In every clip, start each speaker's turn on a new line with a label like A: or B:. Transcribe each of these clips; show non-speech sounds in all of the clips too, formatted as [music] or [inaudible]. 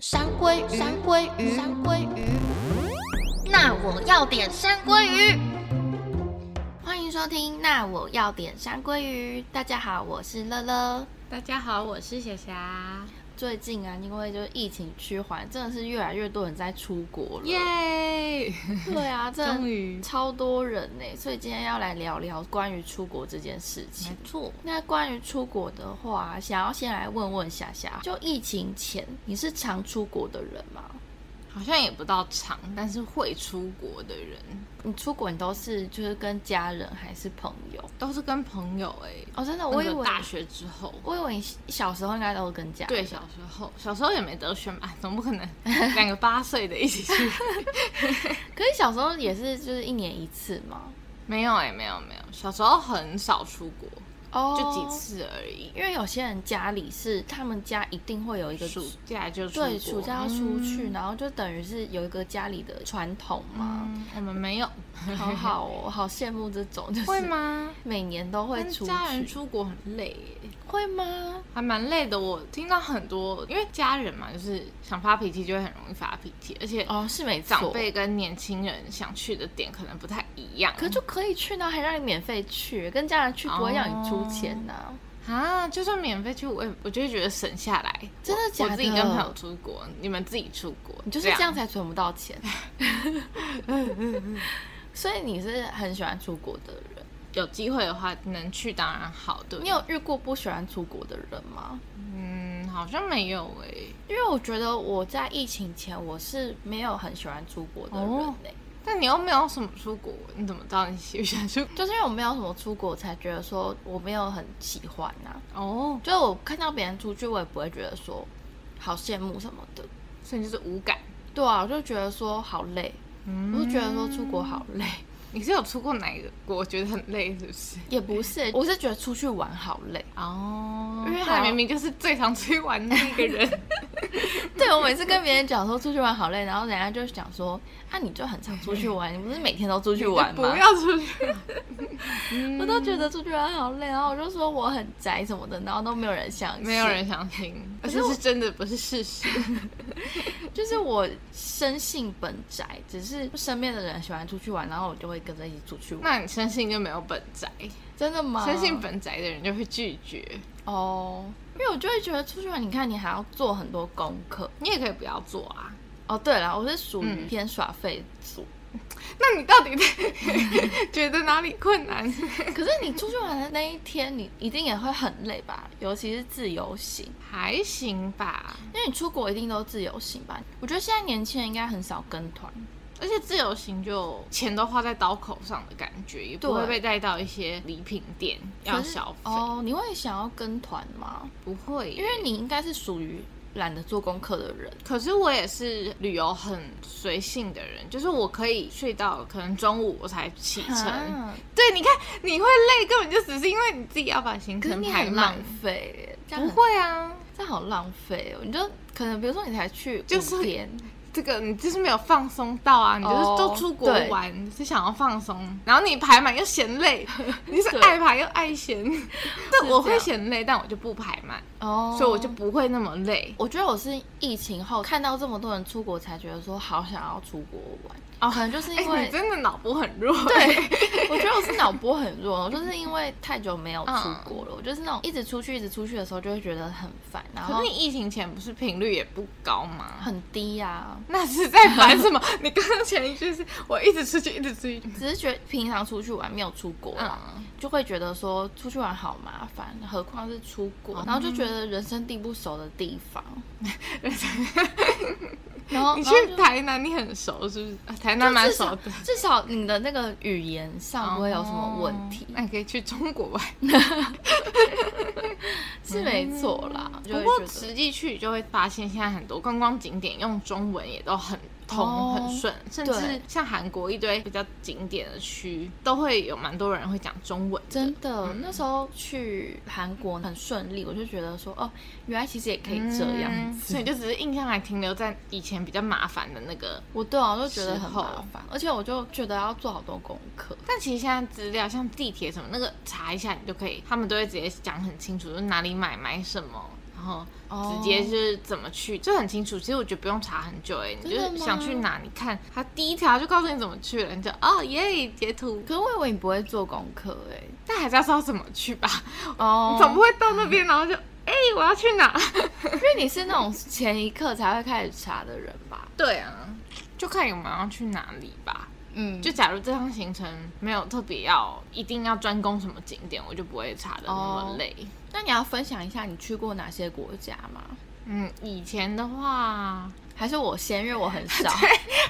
A: 山鲑鱼，山鲑鱼，山鲑鱼。那我要点山鲑鱼。欢迎收听《那我要点山鲑鱼》。大家好，我是乐乐。
B: 大家好，我是霞霞，
A: 最近啊，因为就是疫情趋缓，真的是越来越多人在出国了。
B: 耶、
A: 对啊，真
B: [laughs] 终
A: 的
B: 于，
A: 超多人呢、所以今天要来聊聊关于出国这件事情。
B: 错，
A: 那关于出国的话，想要先来问问霞霞，就疫情前你是常出国的人吗？
B: 好像也不到长，但是会出国的人
A: 你出国你都是就是跟家人还是朋友？
B: 都是跟朋友哎、
A: 哦，真的，
B: 那
A: 我以
B: 个
A: 为
B: 大学之后，
A: 我以为你小时候应该都是跟家人
B: 对，小时候，小时候也没得选吧，总不
A: [laughs]
B: 可能两个八岁的一起去， [laughs]
A: 可是小时候也是就是一年一次嘛，
B: 没有哎、没有没有，小时候很少出国，
A: 哦
B: 就几，次而已，
A: 因为有些人家里是他们家一定会有一个
B: 暑假嗯就出国，
A: 对暑假要出去，
B: 呢，
A: 然后就等于是有一个家里的传统嘛，
B: 嗯我们没有，
A: 好好
B: [laughs]
A: 哦，好羡慕这种，就是
B: 嗯会？吗？
A: 每年都会
B: 跟
A: 出
B: 家人
A: 去，
B: 出国很累耶、
A: 会吗？
B: 还蛮累的。我听到很多，因为家人嘛，就是想发脾气就会很容易发脾气，而且
A: 哦，是没错
B: 长辈跟年轻人想去的点可能不太一样。
A: 可就可以去呢，还让你免费去，跟家人去不会让你出钱呐、
B: 啊，就算免费去，我也我就会觉得省下来。
A: 真的
B: 我
A: 假的
B: 我自己跟朋友出国，你们自己出国，啊
A: 你就是这样。才存不到钱。所以你是很喜欢出国的人，
B: 有机会的话，能去当然好，对不
A: 你
B: 对？
A: 有遇过不喜欢出国的人吗？
B: 嗯，好像没有欸诶、
A: 因为我觉得我在疫情前我是没有很喜欢出国的人欸
B: 哦
A: 呢、
B: 但你又没有什么出国，你怎么知道你喜不喜欢出国？
A: 就是因为我没有什么出国，我才觉得说我没有很喜欢呐、
B: 哦，
A: 就是我看到别人出去，我也不会觉得说好羡慕什么的。
B: 所以就是无感。
A: 对啊，我就觉得说好累，
B: 嗯
A: 我就觉得说出国好累。
B: 你是有出过哪一个国觉得很累，是不是？
A: 也不是，我是觉得出去玩好累。
B: 哦，
A: 因为
B: 他
A: 好
B: 明明就是最常出去玩的那个人，
A: [laughs] 对我每次跟别人讲说出去玩好累，然后人家就讲说啊，你就很常出去玩，你不是每天都出去玩
B: [laughs] 不嗯
A: 吗？
B: 要出去玩。
A: 我都觉得出去玩好累，然后我就说我很宅什么的，然后都没有人相信。
B: 没有，人相信， [laughs] 而且
A: 是我
B: 是真的，不是事实。 [laughs]
A: 就是我生性本宅，只是身边的人喜欢出去玩，然后我就会跟着一起出去玩。
B: 那你深信就没有本宅，
A: 真的吗？
B: 深信本宅的人就会拒绝。
A: 哦，因为我就会觉得出去玩，你看你还要做很多功课。
B: 你也可以不要做啊。
A: 哦，对了，我是属于
B: 嗯
A: 偏耍废族，
B: 那你到底 [laughs] 觉得哪里困难？ [laughs]
A: 可是你出去玩的那一天，你一定也会很累吧？尤其是自由行，
B: 还行吧，
A: 因为你出国一定都自由行吧？我觉得现在年轻人应该很少跟团，
B: 而且自由行就钱都花在刀口上的感觉，也不
A: 对
B: 会被带到一些礼品店要
A: 可是
B: 消费，
A: 哦。你会想要跟团吗？
B: 不会耶，
A: 因为你应该是属于懒得做功课的人。
B: 可是我也是旅游很随性的人，就是我可以睡到可能中午我才启程。
A: 啊
B: 对，你看你会累，根本就只是因为你自己要把行
A: 可是
B: 程
A: 你
B: 排
A: 很
B: 满
A: 浪。费耶，这样
B: 不
A: 很，
B: 会啊，
A: 这样好浪费哦。你就可能比如说你才去
B: 就是
A: 五天，
B: 这个你就是没有放松到啊，你就是
A: 哦
B: 都出国
A: 对
B: 玩，你是想要放松，然后你排满又嫌
A: [laughs]
B: 累，你是
A: 对
B: 爱排又爱嫌。
A: [laughs] 这
B: 对，我会
A: 样
B: 嫌累，但我就不排满，
A: 哦，
B: 所以我就不会那么累。
A: 我觉得我是疫情后看到这么多人出国，才觉得说好想要出国玩。哦，可能就是因
B: 哎，
A: 为
B: 你真的脑波很弱。 [laughs]
A: 对， [laughs] 我觉得我是脑波很弱，我就是因为太久没有出
B: 嗯
A: 国了，我就是那种一直出去一直出去的时候就会觉得很烦，然
B: 可
A: 后
B: 是你疫情前不是频率也不高吗？
A: 很低呀、啊。
B: 那是在
A: [laughs]
B: 烦什么？你刚刚前一句是我一直出去，一直出去。
A: 只是觉得平常出去玩没有出国啦，
B: 嗯，
A: 就会觉得说出去玩好麻烦，何况是出国，然后就觉得人生地不熟的地方， [laughs] 然后
B: 你
A: 然后
B: 去
A: 就
B: 台南，你很熟是不是？啊台南蛮熟的，
A: 至少你的那个语言上不会有什么问题
B: 哦，那你可以去中国 [laughs] 玩。
A: 是没错啦。就
B: 嗯不
A: 会
B: 过
A: 觉得
B: 实际去就会发现，现在很多观光景点用中文也都很通、
A: 哦
B: 很顺，甚
A: 对
B: 至像韩国一堆比较景点的区，都会有蛮多人会讲中文的。
A: 真的，
B: 嗯
A: 那时候去韩国很顺利，我就觉得说，哦，原来其实也可以这样
B: 嗯
A: 子。
B: 所以就只是印象还停留在以前比较麻烦的那个
A: 我对啊，我就觉得很
B: 时候
A: 麻烦，而且我就觉得要做好多功课。
B: 但其实现在资料像地铁什么那个查一下，你就可以，他们都会直接讲很清楚，就是哪里买买什么，然后
A: 哦
B: 直接就是怎么去，这很清楚。其实我觉得不用查很久、哎，你就
A: 真的
B: 是
A: 吗
B: 想去哪，你看它第一条就告诉你怎么去了，你就哦耶截图，
A: 可是我以为你不会做功课哎、
B: 但还是要知道怎么去吧，
A: 哦
B: 你总不会到那边然后就哎、我要去哪？
A: 因为你是那种前一刻才会开始查的人吧？
B: 对啊，就看有没有要去哪里吧。
A: 嗯，
B: 就假如这趟行程没有特别要一定要专攻什么景点，我就不会查的那
A: 哦
B: 么累。
A: 那你要分享一下你去过哪些国家吗？
B: 嗯，以前的话，
A: 还是我先，因为我很
B: [laughs]
A: 少。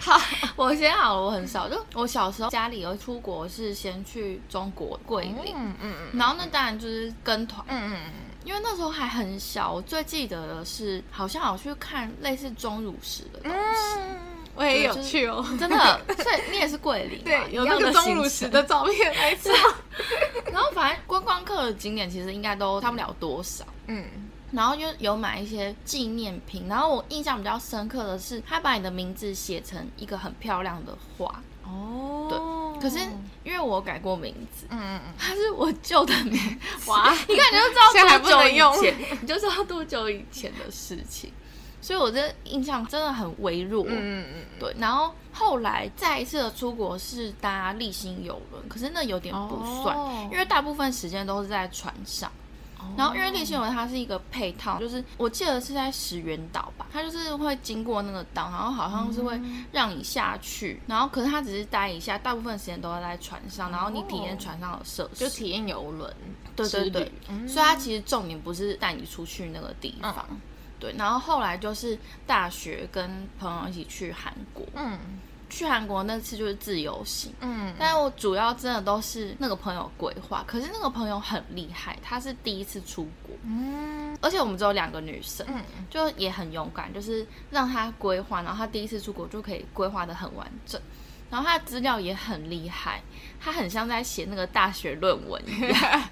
A: 好， [laughs] 我先好了，我很少。就我小时候家里有出国是先去中国桂
B: 嗯
A: 林，
B: 嗯嗯嗯
A: 然后那当然就是跟团，
B: 嗯
A: 因为那时候还很小。我最记得的是，好像有去看类似钟乳石的东
B: 嗯
A: 西，
B: 嗯，我也有去哦。
A: 真的。
B: [laughs]
A: 所以你也是桂林嘛，
B: 对，有
A: 一
B: 那
A: 样
B: 个
A: 行
B: 钟乳石
A: 程
B: 的照片，没错。
A: [laughs] 然后反正观光客的景点其实应该都差不了多少。
B: 嗯，
A: 然后就有买一些纪念品，然后我印象比较深刻的是，他把你的名字写成一个很漂亮的花，
B: 嗯哦
A: 可是因为我改过名字，
B: 嗯嗯
A: 它是我旧的
B: [laughs]
A: 名字，
B: 哇，
A: 你看你就知道
B: 现在还不
A: 多久
B: 能用
A: 以前，你就知道多久以前的事情，所以我这印象真的很微弱。
B: 嗯嗯嗯，
A: 对，然后后来再一次的出国是搭立新游轮，可是那有点不算，
B: 哦
A: 因为大部分时间都是在船上。然后因为立新游轮它是一个配套，就是我记得是在石原岛吧，它就是会经过那个岛，然后好像是会让你下去，然后可是它只是待一下，大部分时间都要在船上，然后你体验船上的设施，
B: 就体验游轮
A: 对
B: 之
A: 对
B: 旅，
A: 对，
B: 嗯
A: 所以它其实重点不是带你出去那个地方。对，然后后来就是大学跟朋友一起去韩国，
B: 嗯
A: 去韩国那次就是自由行，
B: 嗯
A: 但我主要真的都是那个朋友规划，可是那个朋友很厉害，他是第一次出国，
B: 嗯
A: 而且我们只有两个女生，
B: 嗯
A: 就也很勇敢，就是让他规划，然后他第一次出国就可以规划的很完整，然后他的资料也很厉害，他很像在写那个大学论文
B: [laughs]
A: 一样。他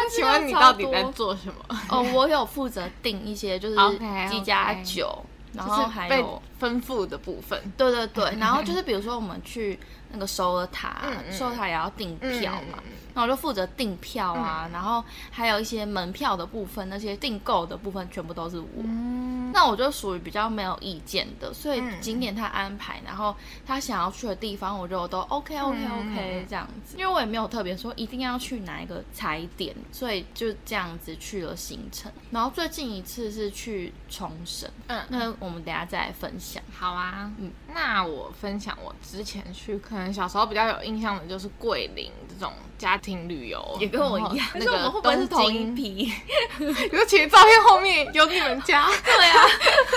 B: 那
A: 资
B: 请
A: 料
B: 问你
A: 超
B: 到底
A: 多
B: 在做什么？
A: 哦，我有负责定一些就是
B: [laughs] OK，OK
A: 鸡加酒，然
B: 就是
A: 后还
B: 被
A: 有。
B: 吩咐的部分。
A: 对对
B: [laughs]
A: 对，然后就是比如说我们去那个首尔塔
B: 嗯，嗯
A: 首尔塔也要订票嘛
B: 嗯嗯，嗯
A: 那我就负责订票啊，然后还有一些门票的部分，那些订购的部分全部都是我。
B: 嗯
A: 那我就属于比较没有意见的，所以
B: 嗯
A: 景点他安排，然后他想要去的地方，我就都 OK OK
B: 嗯
A: OK 这样子，因为我也没有特别说一定要去哪一个踩点，所以就这样子去了行程。然后最近一次是去冲绳，
B: 嗯，
A: 那我们等一下再来分享。
B: 好啊。
A: 嗯
B: 嗯，那我分享我之前去，可能小时候比较有印象的就是桂林这种家庭旅游，
A: 也跟我一样，
B: 然后那个东京， [laughs]
A: 批？
B: 可是其实照片后面有你们家，
A: 对啊，
B: [laughs]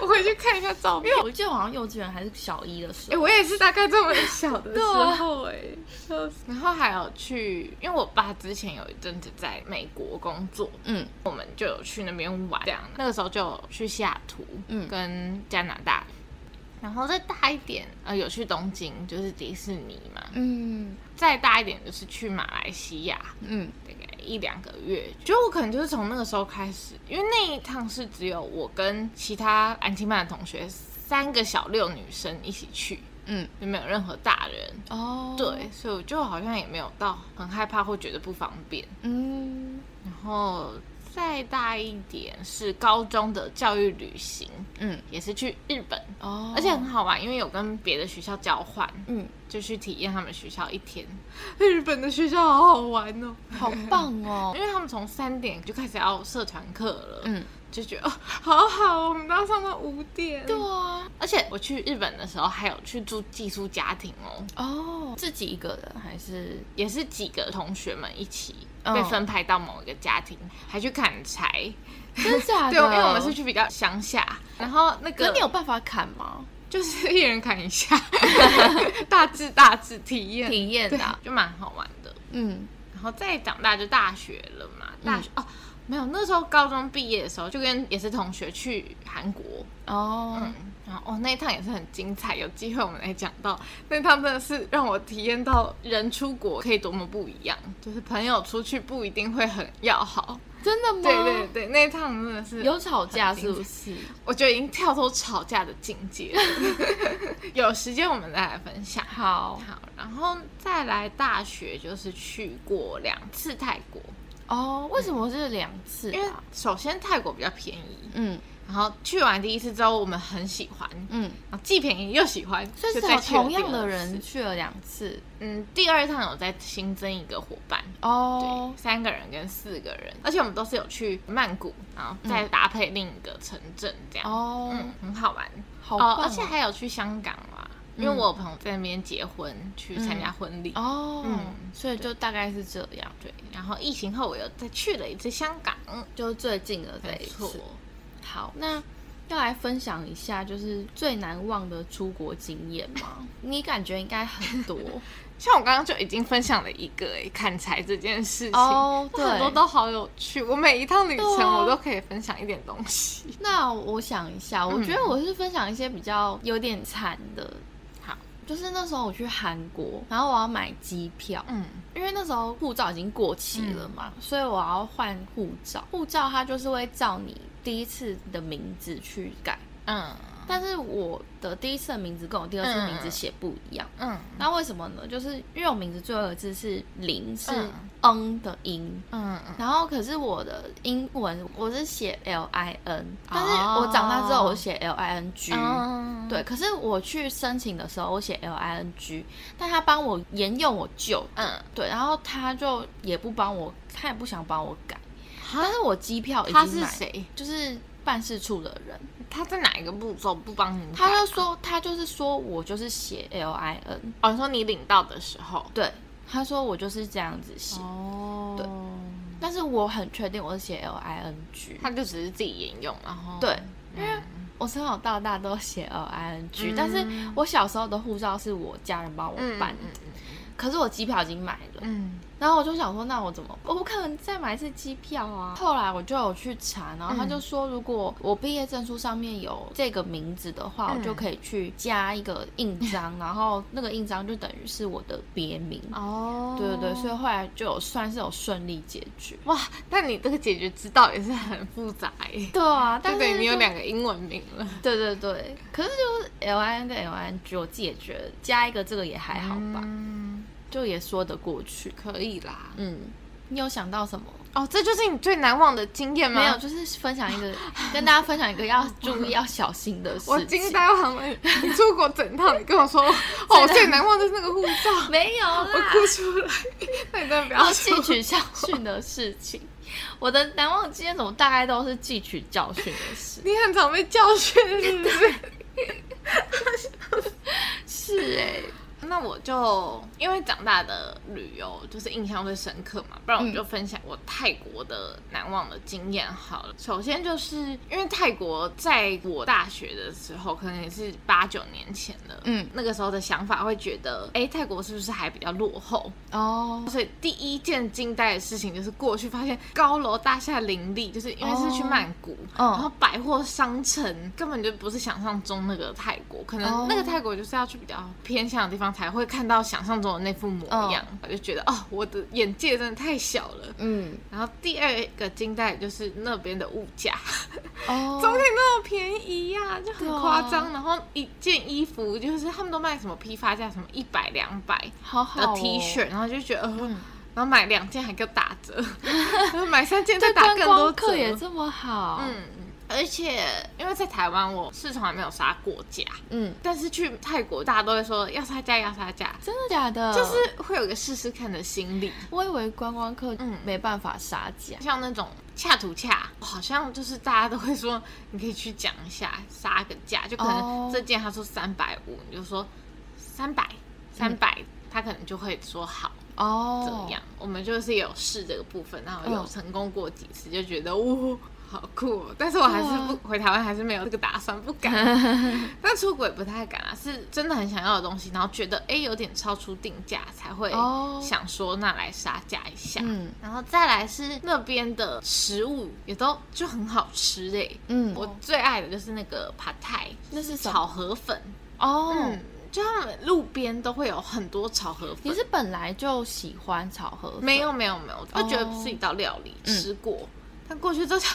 B: 我回去看一下
A: [laughs]
B: 照片。
A: 我记得我好像幼稚园还是小一的时
B: 哎、
A: 候，
B: 我也是大概这么小的时
A: 对啊
B: 候哎、然后还有去，因为我爸之前有一阵子在美国工作，
A: 嗯，
B: 我们就有去那边玩，这样那个时候就有去西雅图，
A: 嗯
B: 嗯，跟加拿大，然后再大一点，呃，有去东京，就是迪士尼嘛，
A: 嗯
B: 再大一点就是去马来西亚，
A: 嗯
B: 大概一两个月，觉得我可能就是从那个时候开始，因为那一趟是只有我跟其他安亲班的同学三个小六女生一起去，
A: 嗯，
B: 就没有任何大人，
A: 哦，
B: 对，，所以我就好像也没有到很害怕或觉得不方便。
A: 嗯
B: 然后再大一点是高中的教育旅行，
A: 嗯，
B: 也是去日本，
A: 哦，
B: 而且很好玩，因为有跟别的学校交换，
A: 嗯，
B: 就去体验他们学校一天。日本的学校好好玩哦，
A: 好棒哦，
B: [laughs] 因为他们从三点就开始要社团课了，
A: 嗯，
B: 就觉得、哦、好好哦，我们都要上到五点。
A: 对啊，
B: 而且我去日本的时候，还有去住寄宿家庭哦，
A: 哦，自己一个人还是
B: 也是几个同学们一起
A: 嗯
B: 被分派到某一个家庭，还去砍柴。
A: [laughs] 真假的？
B: 对，因为我们是，去比较乡下，然后那
A: 可
B: 个
A: 是你有办法砍吗？
B: 就是一人砍
A: [laughs]
B: 一下，大致大致体验，
A: 体验的啊，
B: 对就蛮好玩的。
A: 嗯
B: 然后再长大就大学了嘛，大学、哦，没有，那时候高中毕业的时候就跟也是同学去韩国，
A: 哦
B: 嗯，，然后哦那一趟也是很精彩，有机会我们来讲到那一趟真的是让我体验到人出国可以多么不一样，就是朋友出去不一定会很要好，
A: 真的吗？
B: 对对对，那一趟真的是
A: 有吵架是不是？
B: 我觉得已经跳脱吵架的境
A: [laughs]
B: 界了有时间我们再来分享。
A: 好
B: 好，然后再来大学就是去过两次泰国，
A: 哦，为什么是两次、
B: 因为
A: 啊？
B: 首先泰国比较便宜，
A: 嗯
B: 然后去完第一次之后我们很喜欢，
A: 嗯，
B: 然后既便宜又喜欢，
A: 所以
B: 就是再
A: 同
B: 去了
A: 同
B: 第二
A: 样的人
B: 次。
A: 去了两次
B: 嗯，第二趟有再新增一个伙伴，
A: 哦
B: 对，，三个人跟四个人，而且我们都是有去曼谷，然后再搭配另一个城镇这样，
A: 哦，
B: 嗯，很好玩
A: 好棒哦
B: 而且还有去香港嘛，因为
A: 嗯
B: 我有朋友在那边结婚，去参加婚礼，
A: 哦，
B: 嗯
A: 所以就大概是这样，
B: 对，然后疫情后我又再去了一次香港，
A: 就是最近的这
B: 没
A: 一
B: 错
A: 次。，好，那要来分享一下，就是最难忘的出国经验
B: [laughs]
A: 吗？你感觉应该很多
B: 像我刚刚就已经分享了一个诶、砍柴这件事情。
A: 哦，
B: 那很多都好有趣，我每一趟旅程
A: 对啊
B: 我都可以分享一点东西。
A: 那我想一下，我
B: 嗯
A: 觉得我是分享一些比较有点惨的。
B: 好，
A: 就是那时候我去韩国，然后我要买机票，
B: 嗯
A: 因为那时候护照已经过期了嘛，所以我要换护照。护照它就是会照你第一次的名字去改，
B: 嗯
A: 但是我的第一次的名字跟我第二次的名字写不一样。
B: 嗯
A: 那为什么呢？就是因为我名字最后一个字是“零”，是
B: 嗯
A: “嗯”的音，
B: 嗯
A: 然后可是我的英文我是写 L I N，
B: 哦
A: 但是我长大之后我写 L I N G，、
B: 嗯，
A: 对，可是我去申请的时候我写 L I N G，但他帮我沿用我旧，
B: 嗯，
A: 对，然后他就也不帮我，他也不想帮我改，
B: 哈
A: 但是我机票已
B: 他
A: 经
B: 是
A: 买，
B: 谁？嗯
A: 就是办事处的人，
B: 他在哪一个步骤不帮你改？
A: 他就说他就是说我就是写 L I N，
B: 哦，你说你领到的时候，
A: 对，他说我就是这样子写，
B: 哦，对，
A: 但是我很确定我是写 L I N G，
B: 他就只是自己沿用，然后
A: 对，
B: 嗯，
A: 我从小到大都写 L I N G，、
B: 嗯
A: 但是我小时候的护照是我家人帮我办的，可是我机票已经买了，
B: 嗯
A: 然后我就想说，那我怎么，我不可能再买一次机票啊？后来我就有去查，然后他就说，如果我毕业证书上面有这个名字的话，
B: 嗯
A: 我就可以去加一个印
B: [laughs]
A: 章，然后那个印章就等于是我的别名。
B: 嗯，哦，
A: 对对对，所以后来就有算是有顺利解决。
B: 哇，但你这个解决之道也是很复杂欸耶，
A: 对啊，但
B: 就是等于你有
A: 就
B: 两个英文名了，
A: 对对对，可是就是 L I N 跟 L I N G，我自己也觉得加一个这个也还好吧，
B: 嗯
A: 就也说得过去。
B: 可以啦。
A: 嗯，你有想到什么？
B: 哦，这就是你最难忘的经验吗？
A: [laughs] 没有，，就是分享一个，跟大家分享一个要注意、要小心的事情。
B: 我惊呆了。你出国整趟，你跟我说，哦，我最难忘就是那个护照， [laughs]
A: 没有
B: 我
A: 啦，
B: 哭出来。 [laughs] 那你
A: [laughs]
B: 真的不
A: 然
B: 要
A: 后
B: 说
A: 汲取教训的事情。我的难忘经验怎么大概都是汲取教训的事？
B: 你很常被教训，是不是？
A: 是哎、
B: 那我就因为长大的旅游就是印象最深刻嘛，不然我就分享我泰国的难忘的经验好了。首先就是因为泰国在我大学的时候，可能也是八九年前了，
A: 嗯，
B: 那个时候的想法会觉得，哎、泰国是不是还比较落后？
A: 哦，
B: 所以第一件惊呆的事情就是过去发现高楼大厦林立，就是因为是去曼谷，
A: 哦
B: 然后百货商城根本就不是想象中那个泰国，可
A: 哦
B: 能那个泰国就是要去比较偏向的地方才会看到想象中的那副模样。我就觉得哦，我的眼界真的太小了。
A: 嗯，
B: 然后第二个惊呆的就是那边的物价，
A: 哦，
B: [laughs] 怎么可以那么便宜呀、就很夸
A: 对啊
B: 张。然后一件衣服就是他们都卖什么批发价，什么一百两百，
A: 好好、
B: 的
A: 哦、
B: T 恤，然后就觉得，呃
A: 嗯
B: 然后买两件还给我打折，
A: [laughs]
B: 然后买三件再
A: 对
B: 打
A: 观
B: 更多
A: 光
B: 折
A: 客，也这么好，
B: 嗯，而且因为在台湾我是从来没有杀过价，
A: 嗯，
B: 但是去泰国大家都会说要杀价要杀价，
A: 真的假的？
B: 就是会有一个试试看的心理，
A: 我以为观光客
B: 嗯
A: 没办法杀价，
B: 像那种恰图恰，好像就是大家都会说，你可以去讲一下，杀个价，就可
A: 哦
B: 能这件他说三百五，你就说三百三百，他可能就会说好。
A: 哦，
B: 怎样？我们就是有试这个部分，然后有
A: 嗯
B: 成功过几次，就觉得哇、好酷、哦！但是 [laughs] 我还是不、
A: 对啊
B: 回台湾，还是没有这个打算，不敢。
A: [laughs]
B: 但出国也不太敢啊，是真的很想要的东西，然后觉得哎、诶有点超出定价，才会
A: 哦
B: 想说那来杀价一下。
A: 嗯
B: 然后再来是那边的食物也都就很好吃哎、
A: 嗯，
B: 我最爱的就是那个 p a
A: 那是什么
B: 炒河粉，
A: 哦，
B: 嗯，就他们路边都会有很多炒河粉。
A: 你是本来就喜欢炒河粉？
B: 没有没有没有，我就觉得
A: 哦
B: 是一道料理、
A: 嗯
B: 吃过，但过去之后就太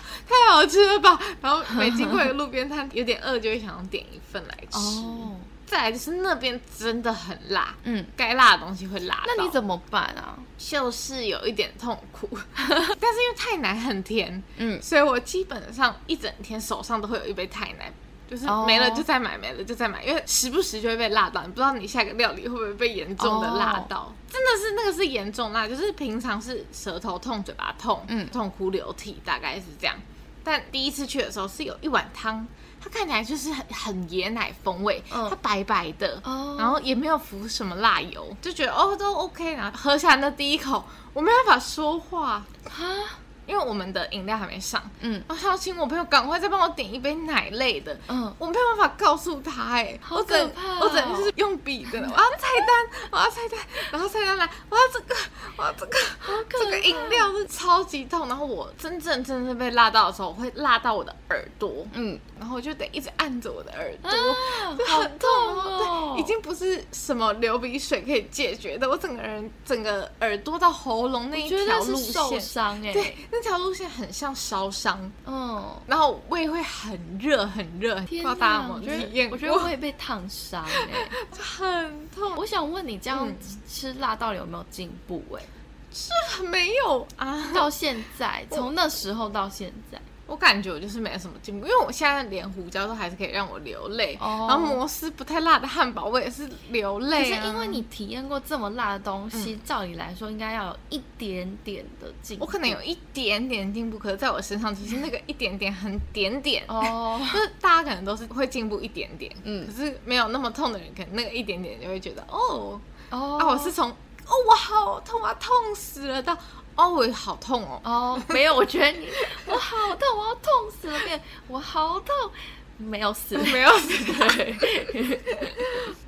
B: 好吃了吧，然后每经过一个路边摊，有点饿就会想要点一份来吃。
A: 哦，
B: 再来就是那边真的很辣，
A: 嗯，
B: 该辣的东西会辣。
A: 那你怎么办啊？
B: 就是有一点痛苦，
A: [laughs]
B: 但是因为太奶很甜，
A: 嗯，
B: 所以我基本上一整天手上都会有一杯太奶，就是
A: 哦
B: 没了就再买，没了就再买，因为时不时就会被辣到，你不知道你下个料理会不会被严重的辣到。
A: 哦
B: 真的是那个是严重辣，就是平常是舌头痛、嘴巴痛，
A: 嗯
B: 痛哭流涕，大概是这样。但第一次去的时候是有一碗汤，它看起来就是很很椰奶风味，
A: 嗯
B: 它白白的，
A: 哦
B: 然后也没有浮什么辣油，就觉得哦都 OK。然后喝下那第一口，我没办法说话，
A: 哈，
B: 因为我们的饮料还没上，
A: 嗯
B: 然后他要请我朋友赶快再帮我点一杯奶类的。
A: 嗯，
B: 我没有办法告诉他、哎，
A: 好
B: 我只能
A: 可怕哦
B: 我只能就是用笔的，我要菜
A: [laughs]
B: 单，我要菜单，然后菜单来，我要这个，我要这个，这个饮料是超级痛。然后我真正真正被辣到的时候，我会辣到我的耳朵，
A: 嗯，
B: 然后我就得一直按着我的耳朵，
A: 啊
B: 就
A: 好
B: 很
A: 痛哦
B: 对，已经不是什么流鼻水可以解决的。我整个人整个耳朵到喉咙那一
A: 我觉
B: 条
A: 得
B: 路
A: 是受
B: 线，
A: 伤哎、
B: 对，那条路线很像烧伤，
A: 嗯，
B: 然后胃会很热很热，不知
A: 天
B: 道大
A: 哪，
B: 家有
A: 我
B: 没
A: 觉
B: 有体
A: 得
B: 验
A: 我
B: 过？
A: 觉得我也被烫伤哎、
B: [laughs] 很痛，
A: 我想问你，这样
B: 嗯
A: 吃辣到底有没有进步、哎、
B: 我没有啊，
A: 到现在，从那时候到现在，
B: 我感觉我就是没有什么进步，因为我现在连胡椒都还是可以让我流泪，
A: 哦
B: 然后摩斯不太辣的汉堡我也是流
A: 可
B: 泪、
A: 是
B: 啊，嗯
A: 因为你体验过这么辣的东西，照理来说应该要有一点点的进步。
B: 我可能有一点点进步，可是在我身上就是那个一点点很点点，
A: 哦，
B: [laughs] 就是大家可能都是会进步一点点，
A: 嗯
B: 可是没有那么痛的人，可能那个一点点就会觉得哦，
A: 哦，
B: 啊，我是从哦我好痛啊，痛死了到哦我好痛哦，
A: 哦，没有，我觉得你我好痛，我要痛死了，变我好痛，没有
B: [laughs]
A: 死，
B: [laughs] 没有死 [laughs] 对，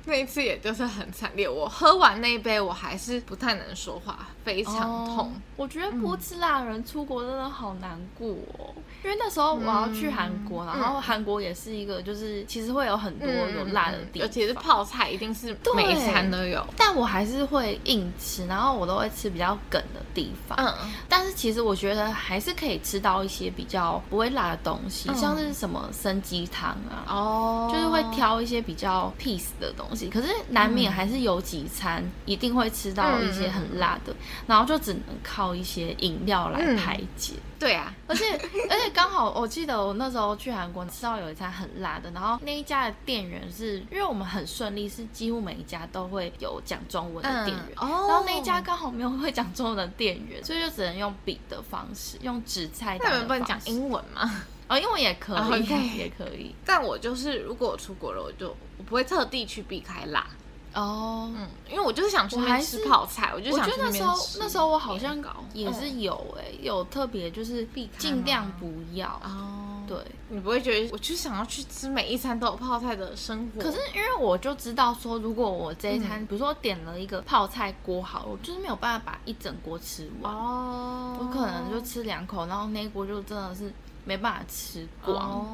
B: 那一次也就是很惨烈，我喝完那一杯我还是不太能说话，非常痛
A: 哦。
B: 嗯
A: 我觉得不吃辣的人出国真的好难过哦，因为那时候我要去韩
B: 嗯
A: 国，然后韩国也是一个就是其实会有很多有辣的地
B: 尤
A: 方，
B: 其嗯是泡菜，一定是
A: 对
B: 每一餐都有。
A: 但我还是会硬吃，然后我都会吃比较梗的地方。
B: 嗯，
A: 但是其实我觉得还是可以吃到一些比较不会辣的东西，
B: 嗯
A: 像是什么参鸡汤啊，
B: 哦
A: 就是会挑一些比较 peace 的东西。可是难免
B: 嗯
A: 还是有几餐一定会吃到一些很辣
B: 嗯
A: 的，然后就只能靠一些饮料来排解。
B: 对啊，
A: 而且 [laughs] 而且刚好，我记得我那时候去韩国吃到有一餐很辣的，然后那一家的店员是因为我们很顺利，是几乎每一家都会有讲中文的店员，
B: 哦
A: 然后那一家刚好没有会讲中文的店员，所以就只能用笔的方式，用纸菜单
B: 那
A: 的
B: 你
A: 方
B: 们
A: 式。
B: 不能讲英文吗？
A: 哦，英文也可以，
B: 哦，OK
A: 也可以。
B: 但我就是，如果我出国了，我就我不会特地去避开辣，
A: 哦、
B: 嗯，因为我就是想去那
A: 我还
B: 边
A: 是
B: 吃泡菜，我就
A: 我
B: 想
A: 觉
B: 去
A: 得那时
B: 边
A: 候
B: 吃
A: 那时候我好像
B: 面包
A: 也是
B: 嗯
A: 有哎、有特别就是
B: 开
A: 尽量
B: 吗
A: 不要。
B: 哦，
A: 对，
B: 你不会觉得我就想要去吃每一餐都有泡菜的生活？
A: 可是因为我就知道说，如果我这一
B: 嗯
A: 餐，比如说我点了一个泡菜锅好了，我就是没有办法把一整锅吃完，
B: 哦，
A: 我可能就吃两口，然后那一锅就真的是没办法吃光。
B: 哦，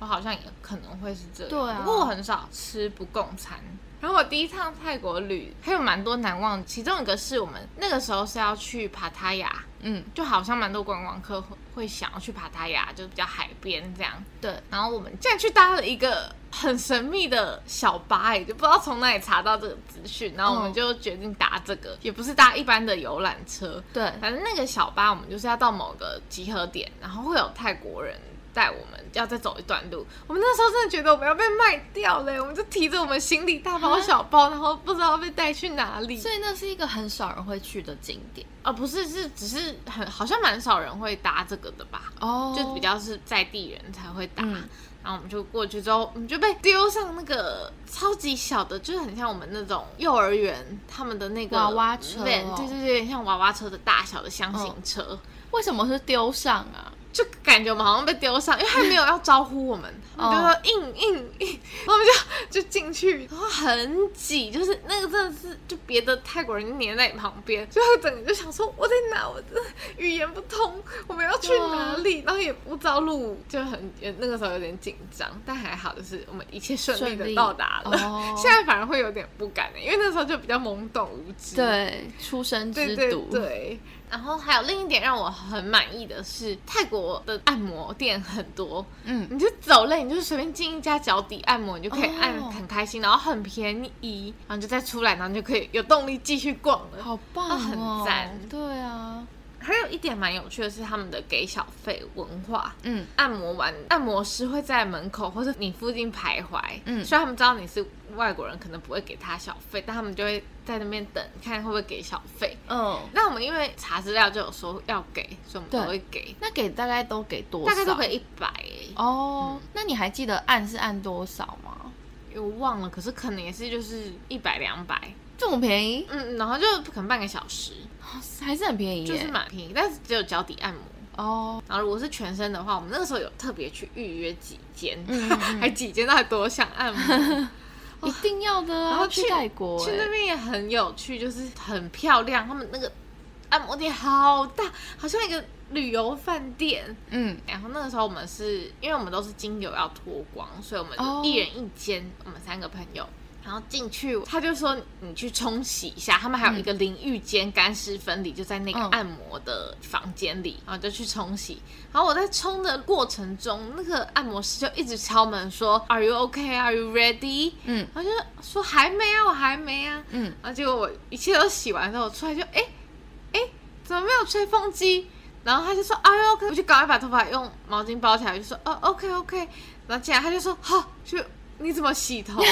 B: 我好像也可能会是这样，
A: 对啊
B: 不过我很少吃不共餐。然后我第一趟泰国旅还有蛮多难忘，其中一个是我们那个时候是要去帕塔亚，
A: 嗯，
B: 就好像蛮多观光客会会想要去帕塔亚，就比较海边这样。
A: 对，
B: 然后我们竟然去搭了一个很神秘的小巴，哎也就不知道从哪里查到这个资讯，然后我
A: 嗯
B: 们就决定搭这个，也不是搭一般的游览车，
A: 对，
B: 反正那个小巴，我们就是要到某个集合点，然后会有泰国人带我们，要再走一段路。我们那时候真的觉得我们要被卖掉嘞，我们就提着我们行李大包小包，然后不知道被带去哪里。
A: 所以那是一个很少人会去的景点
B: 啊，不是，是只是很好像蛮少人会搭这个的吧，
A: 哦
B: 就比较是在地人才会搭。
A: 嗯
B: 然后我们就过去之后，我嗯们就被丢上那个超级小的，就是很像我们那种幼儿园他们的那个
A: 娃娃车
B: van，
A: 哦
B: 对对对，像娃娃车的大小的箱型
A: 嗯
B: 车。
A: 为什么是丢上啊？
B: 就感觉我们好像被丢上，因为他没有要招呼
A: [laughs]
B: 我们，
A: 哦
B: 我们就说硬硬 [laughs] 硬，然后我们就就进去，然后很挤，就是那个真的是就别的泰国人黏在你旁边，就整个就想说我在哪，我真的语言不通，我们要去哪
A: 嗯
B: 里，然后也不着路，就很也那个时候有点紧张，但还好就是我们一切顺利
A: 顺
B: 的
A: 利
B: 到达了，
A: 哦
B: [laughs] 现在反而会有点不敢、欸，因为那时候就比较懵懂无
A: 嗯
B: 知，
A: 对，出生
B: 对
A: 之
B: 对
A: 毒，
B: 对， [laughs] 然后还有另一点让我很满意的是，泰国的按摩店很多，
A: 嗯，
B: 你就走累，你就随便进一家脚底按摩，你就可以按
C: 哦
B: 很开心，然后很便宜，然后你就再出来，然后你就可以有动力继续逛了。
C: 好棒
B: 啊
C: 哦，
B: 很赞
C: 对啊，
B: 还有一点蛮有趣的是他们的给小费文化。
A: 嗯，
B: 按摩完，按摩师会在门口或者你附近徘徊。
A: 嗯
B: 虽然他们知道你是外国人，可能不会给他小费，但他们就会在那边等，看会不会给小费。
C: 嗯，
B: 那我们因为查资料就有说要给，所以我们
C: 对
B: 都会给，
C: 那给大概都给多少？
B: 大概都给一百、
C: 哦。那你还记得按是按多少吗？
B: 我忘了，可是可能也是就是一百两百，
C: 这么便宜，
B: 嗯，然后就可能半个小时，
C: 还是很便宜耶，
B: 就是蛮便宜，但是只有脚底按摩。
C: 哦，
B: 然后如果是全身的话，我们那个时候有特别去预约几间，
A: 嗯嗯嗯
B: 还几间，到底多想按 [laughs] 摩。
C: 一定要的啊。
B: 然后
C: 去
B: 去
C: 泰国
B: 去
C: 耶
B: 那边也很有趣，就是很漂亮，他们那个按摩店好大，好像一个旅游饭店。
A: 嗯，
B: 然后那个时候我们是因为我们都是精油要脱光，所以我们
C: 哦
B: 就一人一间我们三个朋友。然后进去，他就说你去冲洗一下，他们还有一个淋浴间干湿分离，就在那个
C: 嗯
B: 按摩的房间里，然后就去冲洗。然后我在冲的过程中，那个按摩师就一直敲门说：“Are you okay? Are you ready？”
A: 嗯，
B: 然后就说还没啊，我还没啊。
A: 嗯，
B: 然后结果我一切都洗完之后，我出来就哎哎，诶怎么没有吹风机？然后他就说哎呦，OK，我就赶快把头发用毛巾包起来，我就说哦，OK OK。然后进来他就说好、就你怎么洗头？他 [laughs] 还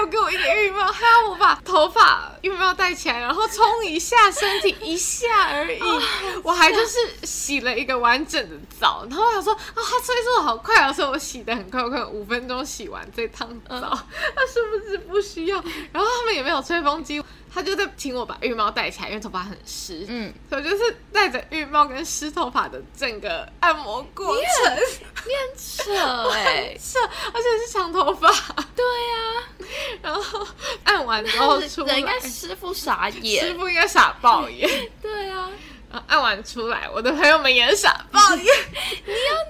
B: 有给我一点浴帽，他要我把头发浴帽戴起来，然后冲一下身体一下而已。我还就是洗了一个完整的澡，然后我想说啊、他催促我好快哦，所以我洗的很快，我可能五分钟洗完这趟
C: 嗯
B: 澡， [laughs] 他是不是不需要？然后他们也没有吹风机，他就在请我把浴帽戴起来，因为头发很湿。
A: 嗯，
B: 所以我就是戴着浴帽跟湿头发的整个按摩过程，
C: 嗯扯哎，
B: 是，而且是长头发，
C: [laughs]
B: [laughs]
C: 对啊，
B: 然后按完之后出来，
C: [laughs] 人家师傅傻
B: 师
C: 眼，
B: 傅应该傻爆眼， [laughs]
C: 对啊，
B: 然后按完出来，我的朋友们也傻爆眼。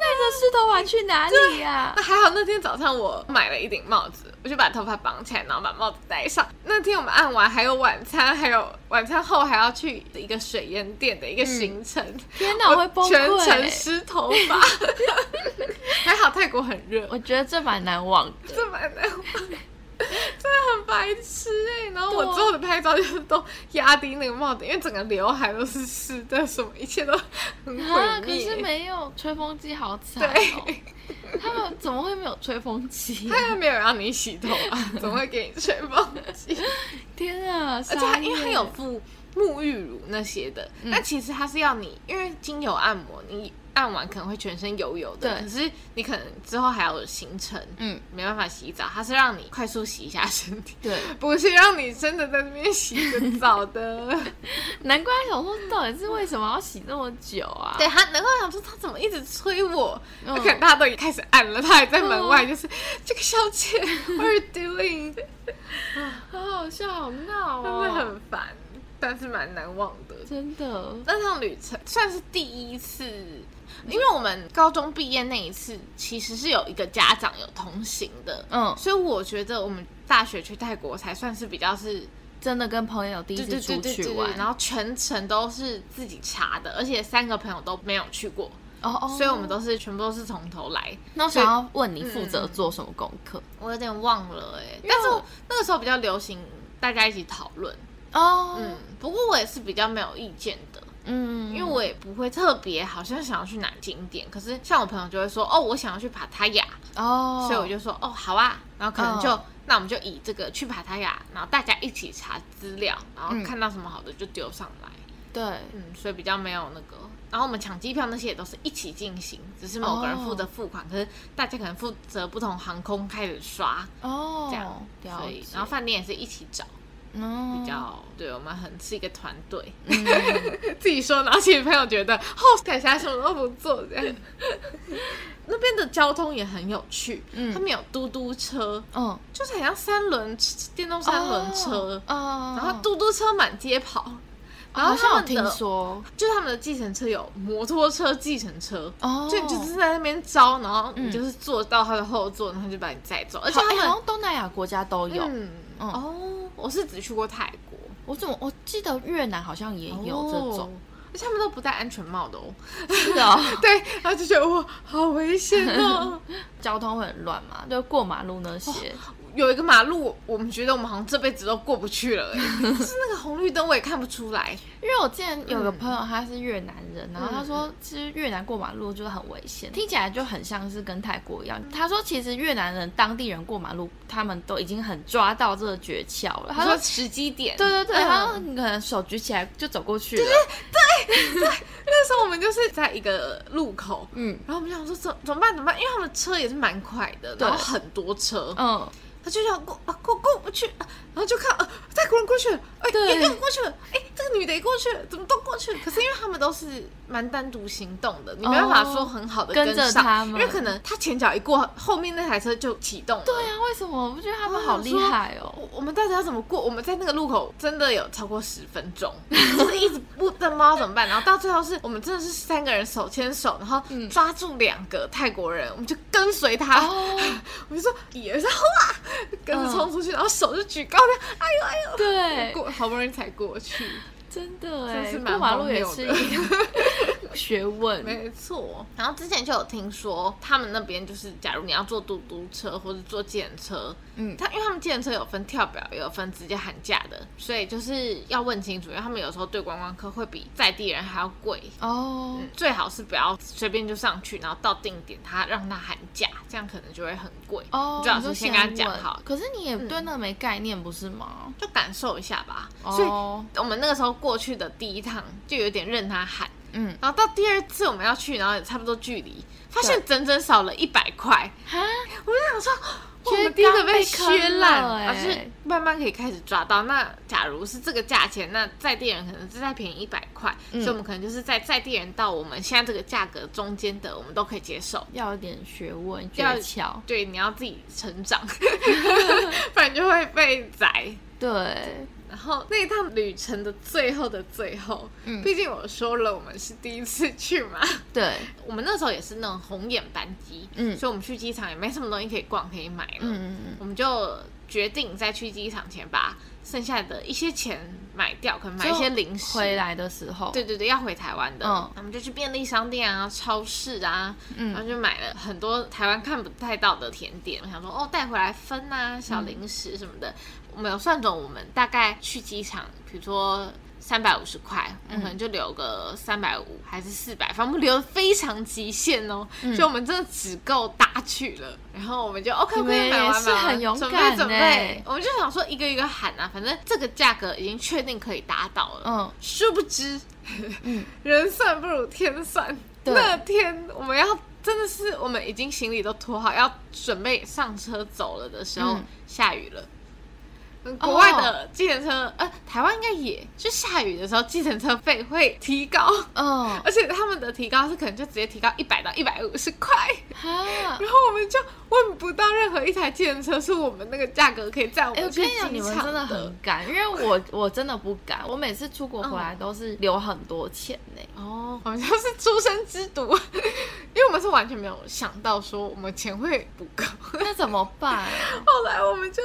C: 那个湿头发去哪里啊呀？
B: [laughs] 那还好，那天早上我买了一顶帽子，我就把头发绑起来，然后把帽子戴上。那天我们按完还有晚餐，还有晚餐后还要去一个水烟店的一个行程，
C: 嗯天啊哪，我会崩
B: 全
C: 溃
B: 程
C: 欸。
B: 湿头发。还好泰国很热，
C: 我觉得这蛮难忘的。
B: 这蛮难忘的。真的很白痴哎、然后我
C: 对啊
B: 之后的拍照就是都压低那个帽子，因为整个刘海都是湿的，什么一切都很
C: 啊！
B: 毁
C: 可是
B: 灭。
C: 没有吹风机，好惨哦！他们怎么会没有吹风机、
B: [laughs] 他又没有让你洗头
C: [laughs]
B: 啊，怎么会给你吹风机？
C: 天啊！
B: 而且
C: 傻
B: 它
C: 眼嗯
B: 因为它有附沐浴乳那些的，那其实它是要你，因为精油按摩，你按完可能会全身油油的，
C: 对
B: 可是你可能之后还有行程，
A: 嗯，
B: 没办法洗澡，它是让你快速洗一下身体，
C: 对，
B: [laughs] 不是让你真的在那边洗个澡的。 [laughs]
C: 难怪想说到底是为什么要洗那么久啊？
B: 对，他，难怪我想说他怎么一直催我，
C: 嗯
B: 可能大家都已经开始按了，他还在门外，
C: 对
B: 就是这个小
C: [laughs]
B: 姐，What are you doing？
C: 好好笑，好闹
B: 真的
C: 哦！
B: 很烦，但是蛮难忘的。
C: 真的，
B: 那趟旅程算是第一次，因为我们高中毕业那一次其实是有一个家长有同行的，
A: 嗯
B: 所以我觉得我们大学去泰国才算是比较是
C: 真的跟朋友第一次出去玩，
B: 然后全程都是自己查的，而且三个朋友都没有去过，
C: 哦哦，
B: 所以我们都是全部都是从头来。
C: 那我想要问你负责做什么功课
B: 我有点忘了哎、
C: 因为
B: 但是
C: 我
B: 我那个时候比较流行大家一起讨论，
C: 哦，
B: 嗯，不过我也是比较没有意见的，
C: 嗯
B: 因为我也不会特别好像想要去哪景点，可是像我朋友就会说，哦，我想要去帕塔雅，
C: 哦，
B: 所以我就说，哦，好啊，然后可能就、
C: 哦
B: 那我们就以这个去帕塔雅，然后大家一起查资料，然后
A: 嗯
B: 看到什么好的就丢上来，
C: 对
B: 嗯所以比较没有那个。然后我们抢机票那些也都是一起进行，只是某个人
C: 哦
B: 负责付款可是大家可能负责不同航空开始刷
C: 哦，
B: 这样
C: 了
B: 所以
C: 解，
B: 然后饭店也是一起找，
C: 嗯
B: 比较、对我们很是一个团队。
A: 嗯
B: [laughs] 自己说，然后其实朋友觉得哦，改霞什么都不做这
C: [laughs]
B: 样。那边的交通也很有趣，
A: 嗯
B: 他们有嘟嘟车，
C: 嗯
B: 就是很像三轮电动三轮车，
C: 哦，
B: 然后嘟嘟车满街跑，嗯然后
C: 好像
B: 他
C: 有
B: 们的、
C: 听说
B: 就是他们的计程车有摩托车计程车。
C: 哦，
B: 就你就是在那边招，然后
A: 嗯
B: 你就是坐到他的后座，然后就把你载走。而
C: 而
B: 且他
C: 好
B: 们
C: 像东南亚国家都有，
B: 嗯
A: 嗯
B: 哦，我是只去过泰国，
A: 我怎么我记得越南好像也有这
B: 哦
A: 种，
B: 而且他们都不戴安全帽
A: [laughs]
B: 的哦。
A: 是的哦、
B: 对，然后就觉得哇，好危险哦。
A: 交通会很乱嘛，就过马路那些。
B: [laughs] 有一个马路，我们觉得我们好像这辈子都过不去了、哎就是那个红绿灯，我也看不出来。
A: 因为我之前有个朋友他是越南人，然后他说其实越南过马路就是很危险，听起来就很像是跟泰国一样。他说其实越南人当地人过马路，他们都已经很抓到这个诀窍了。他
B: 他说
A: 说。
B: 时机点，
A: 对对对，
B: 嗯
A: 他说你可能手举起来就走过去了，
B: 那时候我们就是在一个路口，
A: 嗯
B: 然后我们想说怎怎么办怎么办，因为他们车也是蛮快的，
A: 对
B: 然后很多车，
A: 嗯，
B: 他就想过啊过过不去，啊然后就看呃泰国人过去了，哎、
A: 对
B: 一个人过去了，哎、这个女的也过去了，怎么都过去了？可是因为他们都是蛮单独行动的，你没办法说很好的
A: 哦跟
B: 上，
A: 着他们
B: 因为可能他前脚一过，后面那台车就启动了。
A: 对啊，为什么？我不觉得他们好厉害哦。
B: 我我们到底要怎么过？我们在那个路口真的有超过十分钟， [laughs] 就是一直不知道怎么办。然后到最后是我们真的是三个人手牵手，然后
A: 嗯
B: 抓住两个泰国人，我们就跟随他，
A: 哦，
B: [laughs] 我们就说也是哇，跟着冲出去，然后手就举高了，哎呦哎呦，
A: 对，
B: 过好不容易才过去，
A: 真的哎，
B: 真是蛮
A: 过马路也
B: 荒
A: 是
B: 谬
A: 一
B: 的
A: 个学问。
B: 没错。然后之前就有听说他们那边就是，假如你要坐嘟嘟车或者坐电车，
A: 嗯
B: 他因为他们计程车有分跳表，也有分直接喊价的，所以就是要问清楚，因为他们有时候对观光客会比在地人还要贵。
A: 哦，
B: 最好是不要随便就上去，然后到定点他让他喊价，这样可能就会很贵。
A: 哦，
B: 最好
A: 你
B: 是
A: 就
B: 先跟他讲
A: 问
B: 好，嗯
A: 可是你也对那个没概念，不是吗？
B: 就感受一下吧。所以
A: 哦，
B: 我们那个时候过去的第一趟就有点任他喊，
A: 嗯，
B: 然后到第二次我们要去，然后也差不多距离，发现整整少了一百块。
A: 哈，
B: 我就想说，
A: 觉得
B: 哇我们第一个
A: 刚被
B: 削烂，
A: 坑了
B: 而是
A: 欸
B: 慢慢可以开始抓到。那假如是这个价钱，那在地人可能是再便宜一百块，
A: 嗯
B: 所以我们可能就是在在地人到我们现在这个价格中间的，我们都可以接受。
A: 要有点学问诀
B: 要
A: 窍，
B: 对，你要自己成
A: [laughs]
B: 长， [laughs] 不然就会被宰。
A: 对，
B: 然后那一趟旅程的最后的最后，
A: 嗯
B: 毕竟我说了我们是第一次去嘛， [laughs]
A: 对，
B: 我们那时候也是那种红眼班机，
A: 嗯
B: 所以我们去机场也没什么东西可以逛可以买了，
A: 嗯嗯
B: 我们就决定在去机场前把剩下的一些钱买掉，可能
A: 嗯，
B: 买一些零食。啊
A: 回来的时候，
B: 对，对对，要回台湾的，
A: 嗯
B: 我们就去便利商店啊、超市啊，
A: 嗯
B: 然后就买了很多台湾看不太到的甜点。我想说，哦，带回来分啊，小零食什么的。我们有算总，我们大概去机场，比如说。三百五十块，
A: 嗯
B: 我们可能就留个三百五还是四百，反正我们留的非常极限哦，
A: 嗯
B: 就我们真的只够搭去了。然后我们就 OK
A: 你们
B: OK 买
A: 也
B: 完
A: 是
B: 买完
A: 很勇
B: 准
A: 敢
B: 备准备
A: 欸，
B: 我们就想说一个一个喊啊，反正这个价格已经确定可以达到了。
A: 嗯，
B: 殊不知，
A: 嗯
B: 人算不如天算。
A: 对
B: 那天我们要真的是我们已经行李都拖好，要准备上车走了的时候，
A: 嗯
B: 下雨了。嗯
A: 哦
B: 国外的计程车呃，台湾应该也就下雨的时候，计程车费会提高，
A: 嗯，
B: 而且他们的提高是可能就直接提高一百到一百五十块，
A: 哦哈，
B: 然后我们就问不到任何一台计程车是我们那个价格可以载我
A: 哎、
B: 们
A: 我
B: 去
A: 跟
B: 机
A: 你讲，
B: 场
A: 你们真的很敢，因为我我真的不敢，我每次出国
B: 嗯
A: 回来都是留很多钱
B: [laughs]
A: 呢、
B: 哦，我们就是出生之毒， [laughs] 因为我们是完全没有想到说我们钱会不够。
A: 那怎么办、啊？
B: 后来我们就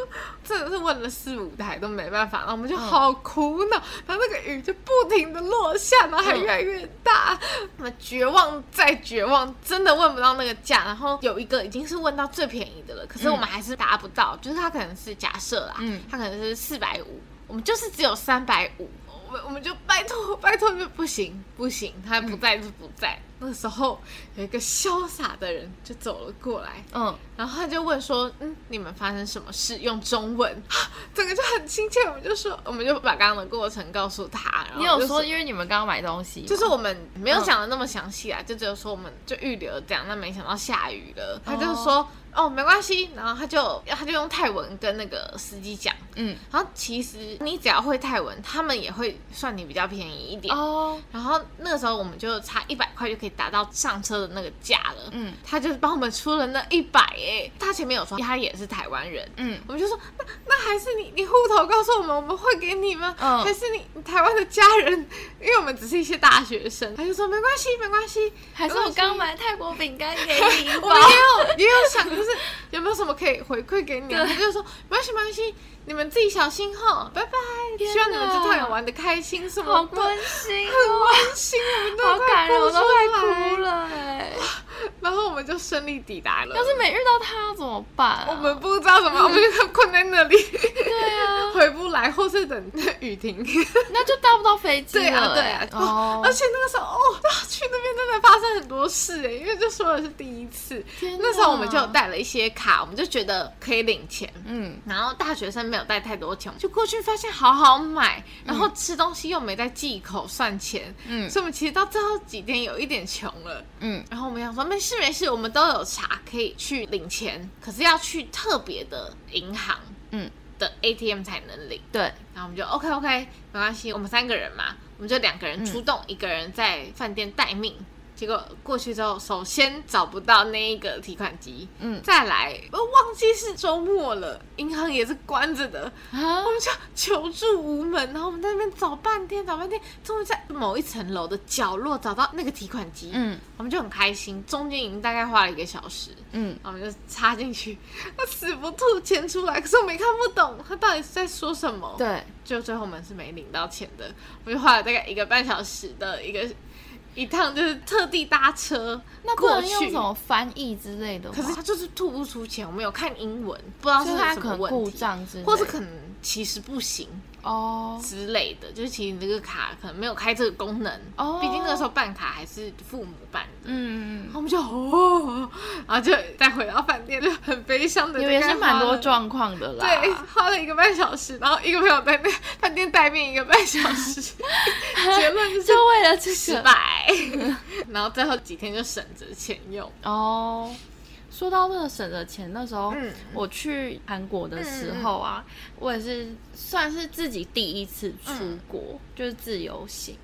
B: 真的是问了四五台都没办法，然后我们就好苦恼，然后那个雨就不停的落下，然后还越来越大，我们绝望再绝望，真的问不到那个价。然后有一个已经是问到最便宜的了，可是我们还是达不到，就是它可能是假设啦，
A: 嗯
B: 它可能是四百五，我们就是只有三百五。我们我们就拜托拜托就不行不行，他不在就不在。那时候有一个潇洒的人就走了过来，
A: 嗯，
B: 然后他就问说：“嗯，你们发生什么事？”用中文， [gasps] 整个就很亲切。我们就说，我们就把刚刚的过程告诉他。然后
A: 你有
B: 就
A: 说，因为你们刚刚买东西吗，
B: 就是我们没有讲的那么详细
A: 嗯
B: 啊，就只有说我们就预留这样。那没想到下雨了，他就说：“哦，没关系。”然后他就他就用泰文跟那个司机讲。
A: 嗯，
B: 然后其实你只要会泰文，他们也会算你比较便宜一点。
A: 哦，
B: 然后那个时候我们就差一百块就可以达到上车的那个价了。
A: 嗯
B: 他就是帮我们出了那一百哎，他前面有说他也是台湾人。
A: 嗯，
B: 我们就说，那那还是你，你户头告诉我们，我们会给你吗？
A: 嗯
B: 还是你你台湾的家人？因为我们只是一些大学生，他就说没关系，没关系。
A: 还是
B: 没
A: 我
B: 关系
A: 刚买泰国饼干给你
B: 我们也有也有想，就是就是有没有什么可以回馈给你、啊？他就说没关系，没关系，你们自己小心哈，拜拜。希望你们这趟有玩的开心什
A: 好
B: 么的，
A: 温馨
B: 很
A: 哦，
B: 温馨， [laughs] 我们都
A: 好
B: 快
A: 感人，
B: 哭
A: 我都
B: 出
A: 快
B: 来
A: 哭。了哎。
B: 然后我们就顺利抵达了。
A: 要是没遇到他怎么办啊？
B: 我们不知道怎么，我们就困在那里，
A: 对啊，
B: 回不来，或是等雨停。
A: [laughs] 那就搭不到飞机
B: 对啊，
A: 了
B: 对啊
A: 哎。。
B: 哦
A: 哦，
B: [laughs] 而且那个时候，哦，去那边真的发生很多事哎，因为就说的是第一次。
A: 天哪
B: 那时候我们就有带了一些卡，我们就觉得可以领钱。
A: 嗯，
B: 然后大学生没有带太多钱，我们就过去发现好好买，然后吃东西又没在忌口算钱，
A: 嗯
B: 所以我们其实到最后几天有一点穷了。
A: 嗯，
B: 然后我们想说没事没事，我们都有查可以去领钱，可是要去特别的银行，
A: 嗯
B: 的 ATM 才能领。
A: 对，
B: 然后我们就 OK OK 没关系，我们三个人嘛，我们就两个人出动，一个人在饭店待命。结果过去之后，首先找不到那一个提款机，
A: 嗯
B: 再来我忘记是周末了，银行也是关着的，
A: 啊
B: 我，们就求助无门，然后我们在那边找半天，找半天，终于在某一层楼的角落找到那个提款机，
A: 嗯
B: 我们就很开心，中间已经大概花了一个小时，
A: 嗯，
B: 然后我们就插进去， [laughs] 他死不吐钱出来，可是我们也看不懂他到底是在说什么，
A: 对，
B: 就最后我们是没领到钱的，我就花了大概一个半小时的一个一趟，就是特地搭车
A: 那不
B: 过
A: 能用
B: 去
A: 什。么翻译之类的吗？
B: 可是他就是吐不出钱，我们有看英文，不知道
A: 就是是他
B: 什
A: 可
B: 么
A: 能
B: 问
A: 故
B: 题，
A: 障之类的，
B: 或是可能其实不行
A: 哦
B: 之类的，就是其实你这个卡可能没有开这个功能，
A: 哦，
B: 毕竟那个时候办卡还是父母办的。
A: 嗯，嗯
B: 然后我们就哦，然后就再回到饭店，就很悲伤的，
A: 嗯，也
B: 大
A: 是
B: 概
A: 蛮
B: 花
A: 多
B: 了
A: 状况的啦。
B: 对，花了一个半小时，然后一个朋友在那饭店待命一个半小时，
A: [laughs]
B: 结论就是
A: 就为了这
B: 失
A: 个
B: [laughs] 败。然后最后几天就省着钱用，
A: 哦。说到那个省的钱，那时候
B: 嗯
A: 我去韩国的时候啊，我也是算是自己第一次出国，
B: 嗯
A: 就是自由行。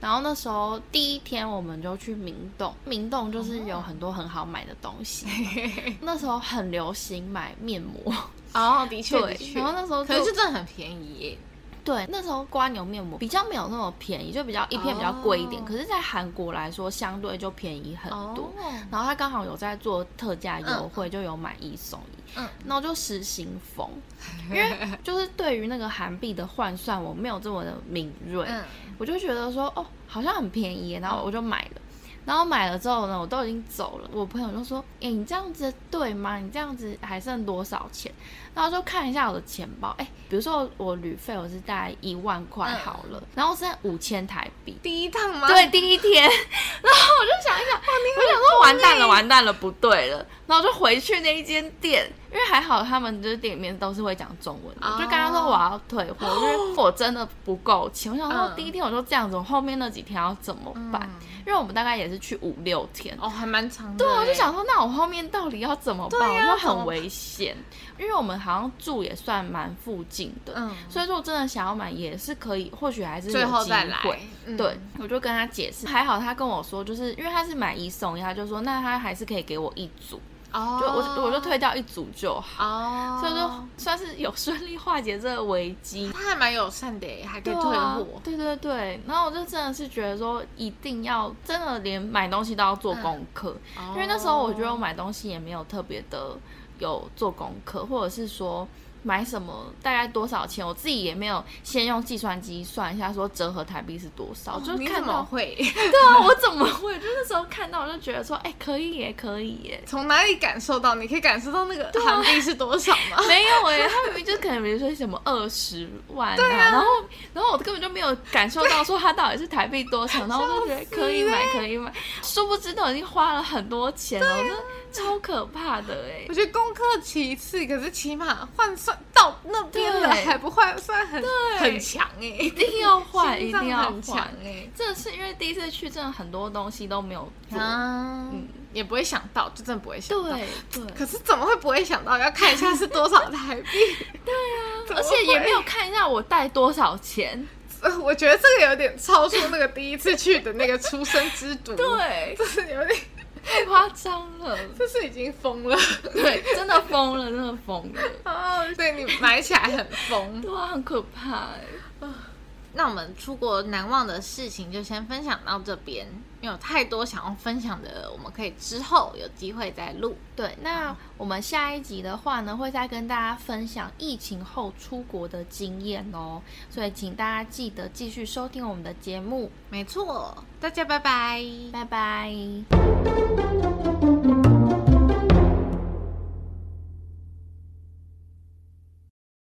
A: 然后那时候第一天我们就去明洞，明洞就是
B: 哦
A: 有很多很好买的东
B: [laughs]
A: 西。那时候很流行买面膜，
B: 哦，的确，的
A: 对。
B: 确
A: 然后那时候
B: 可
A: 就是
B: 真的很便宜耶，
A: 对，那时候瓜牛面膜比较没有那么便宜，就比较一片比较贵一点。
B: 哦
A: 可是，在韩国来说，相对就便宜很多。
B: 哦
A: 然后他刚好有在做特价优惠，就有买一送一。
B: 嗯，
A: 那我就实行疯，因
B: [laughs]
A: 为就是对于那个韩币的换算，我没有这么的敏锐，
B: 嗯
A: 我就觉得说哦，好像很便宜耶，然后我就买了。然后买了之后呢，我都已经走了，我朋友就说：“哎、你这样子对吗？你这样子还剩多少钱？”然后就看一下我的钱包，哎、比如说我旅费我是大概一万块
B: 嗯
A: 好了，然后剩五千台币。
B: 第一哦趟吗？
A: 对，，第一天， [laughs] 然后我就想一想，我想说完蛋了，完蛋了，不对了，然后就回去那一间店，因为还好他们就是店里面都是会讲中文的，
B: 哦
A: 我就跟他说我要退货，因为我真的不够钱，我想说
B: 嗯
A: 第一天我就这样子，我后面那几天要怎么办？因为我们大概也是去五六天。
B: 哦，还蛮长的。
A: 对，啊我就，想说，那我后面到底要怎么办？
B: 对啊
A: 我就
B: 怎么
A: 很危险，因为我们好像住也算蛮附近的，
B: 嗯，
A: 所以说我真的想要买也是可以，或许还是有
B: 最后
A: 机
B: 再来
A: 会。，
B: 嗯
A: 对，，我就跟他解释，还好他跟我说，就是因为他是买一送一，他就说那他还是可以给我一组，
B: 哦，
A: 就我我就退掉一组就好，
B: 哦，
A: 所以就算是有顺利化解这个危机。
B: 他还蛮友善的耶，还可以退
A: 啊
B: 货，，
A: 对对对，然后我就真的是觉得说，一定要真的连买东西都要
B: 嗯
A: 做功课，
B: 哦
A: 因为那时候我觉得我买东西也没有特别的有做功课，或者是说买什么大概多少钱，我自己也没有先用计算机算一下说折合台币是多少，
B: 哦
A: 就是
B: 你
A: 看
B: 怎
A: 到
B: 么会 [laughs]
A: 对啊，我怎么会？就那时候看到，我就觉得说，哎、可以耶，可以耶。
B: 从哪里感受到？你可以感受到那个韩币是多少吗？
A: 没有 [laughs] 哎、他明明就可能比如说什么二十万、啊，然后然后我根本就没有感受到说他到底是台币多少，然后我就觉得可以买，可以买。殊不知都已经花了很多钱了，我真的超可怕的哎、
B: 我觉得功课其次，可是起码换算到那边了，
A: 对
B: 还不换算很很强哎、
A: 一定要换，一
B: 心脏
A: 定要
B: 很强
A: 换。
B: 哎、
A: 真的是因为第一次去，真的很多东西都没有做。
B: 啊，
A: 嗯
B: 也不会想到，就真的不会想到。
A: 对对，啊
B: 可是怎么会不会想到？要看一下是多少台币。对啊
A: 而且也没有看一下我带多少钱。
B: 呃我觉得这个有点超出那个第一次去的那个出生之毒。，
A: 对，
B: [laughs] 这是有点，
A: 太夸张了。 [laughs]
B: 这是已经疯了。
A: 对，真的疯了，真的疯了，
B: 哦，对你买起来很疯。
A: 欸对啊，很可怕哎、
B: 那我们出国难忘的事情就先分享到这边，因为有太多想要分享的，我们可以之后有机会再录。
A: 对，那我们下一集的话呢，会再跟大家分享疫情后出国的经验哦，所以请大家记得继续收听我们的节目，
B: 没错，大家拜拜，
A: 拜拜。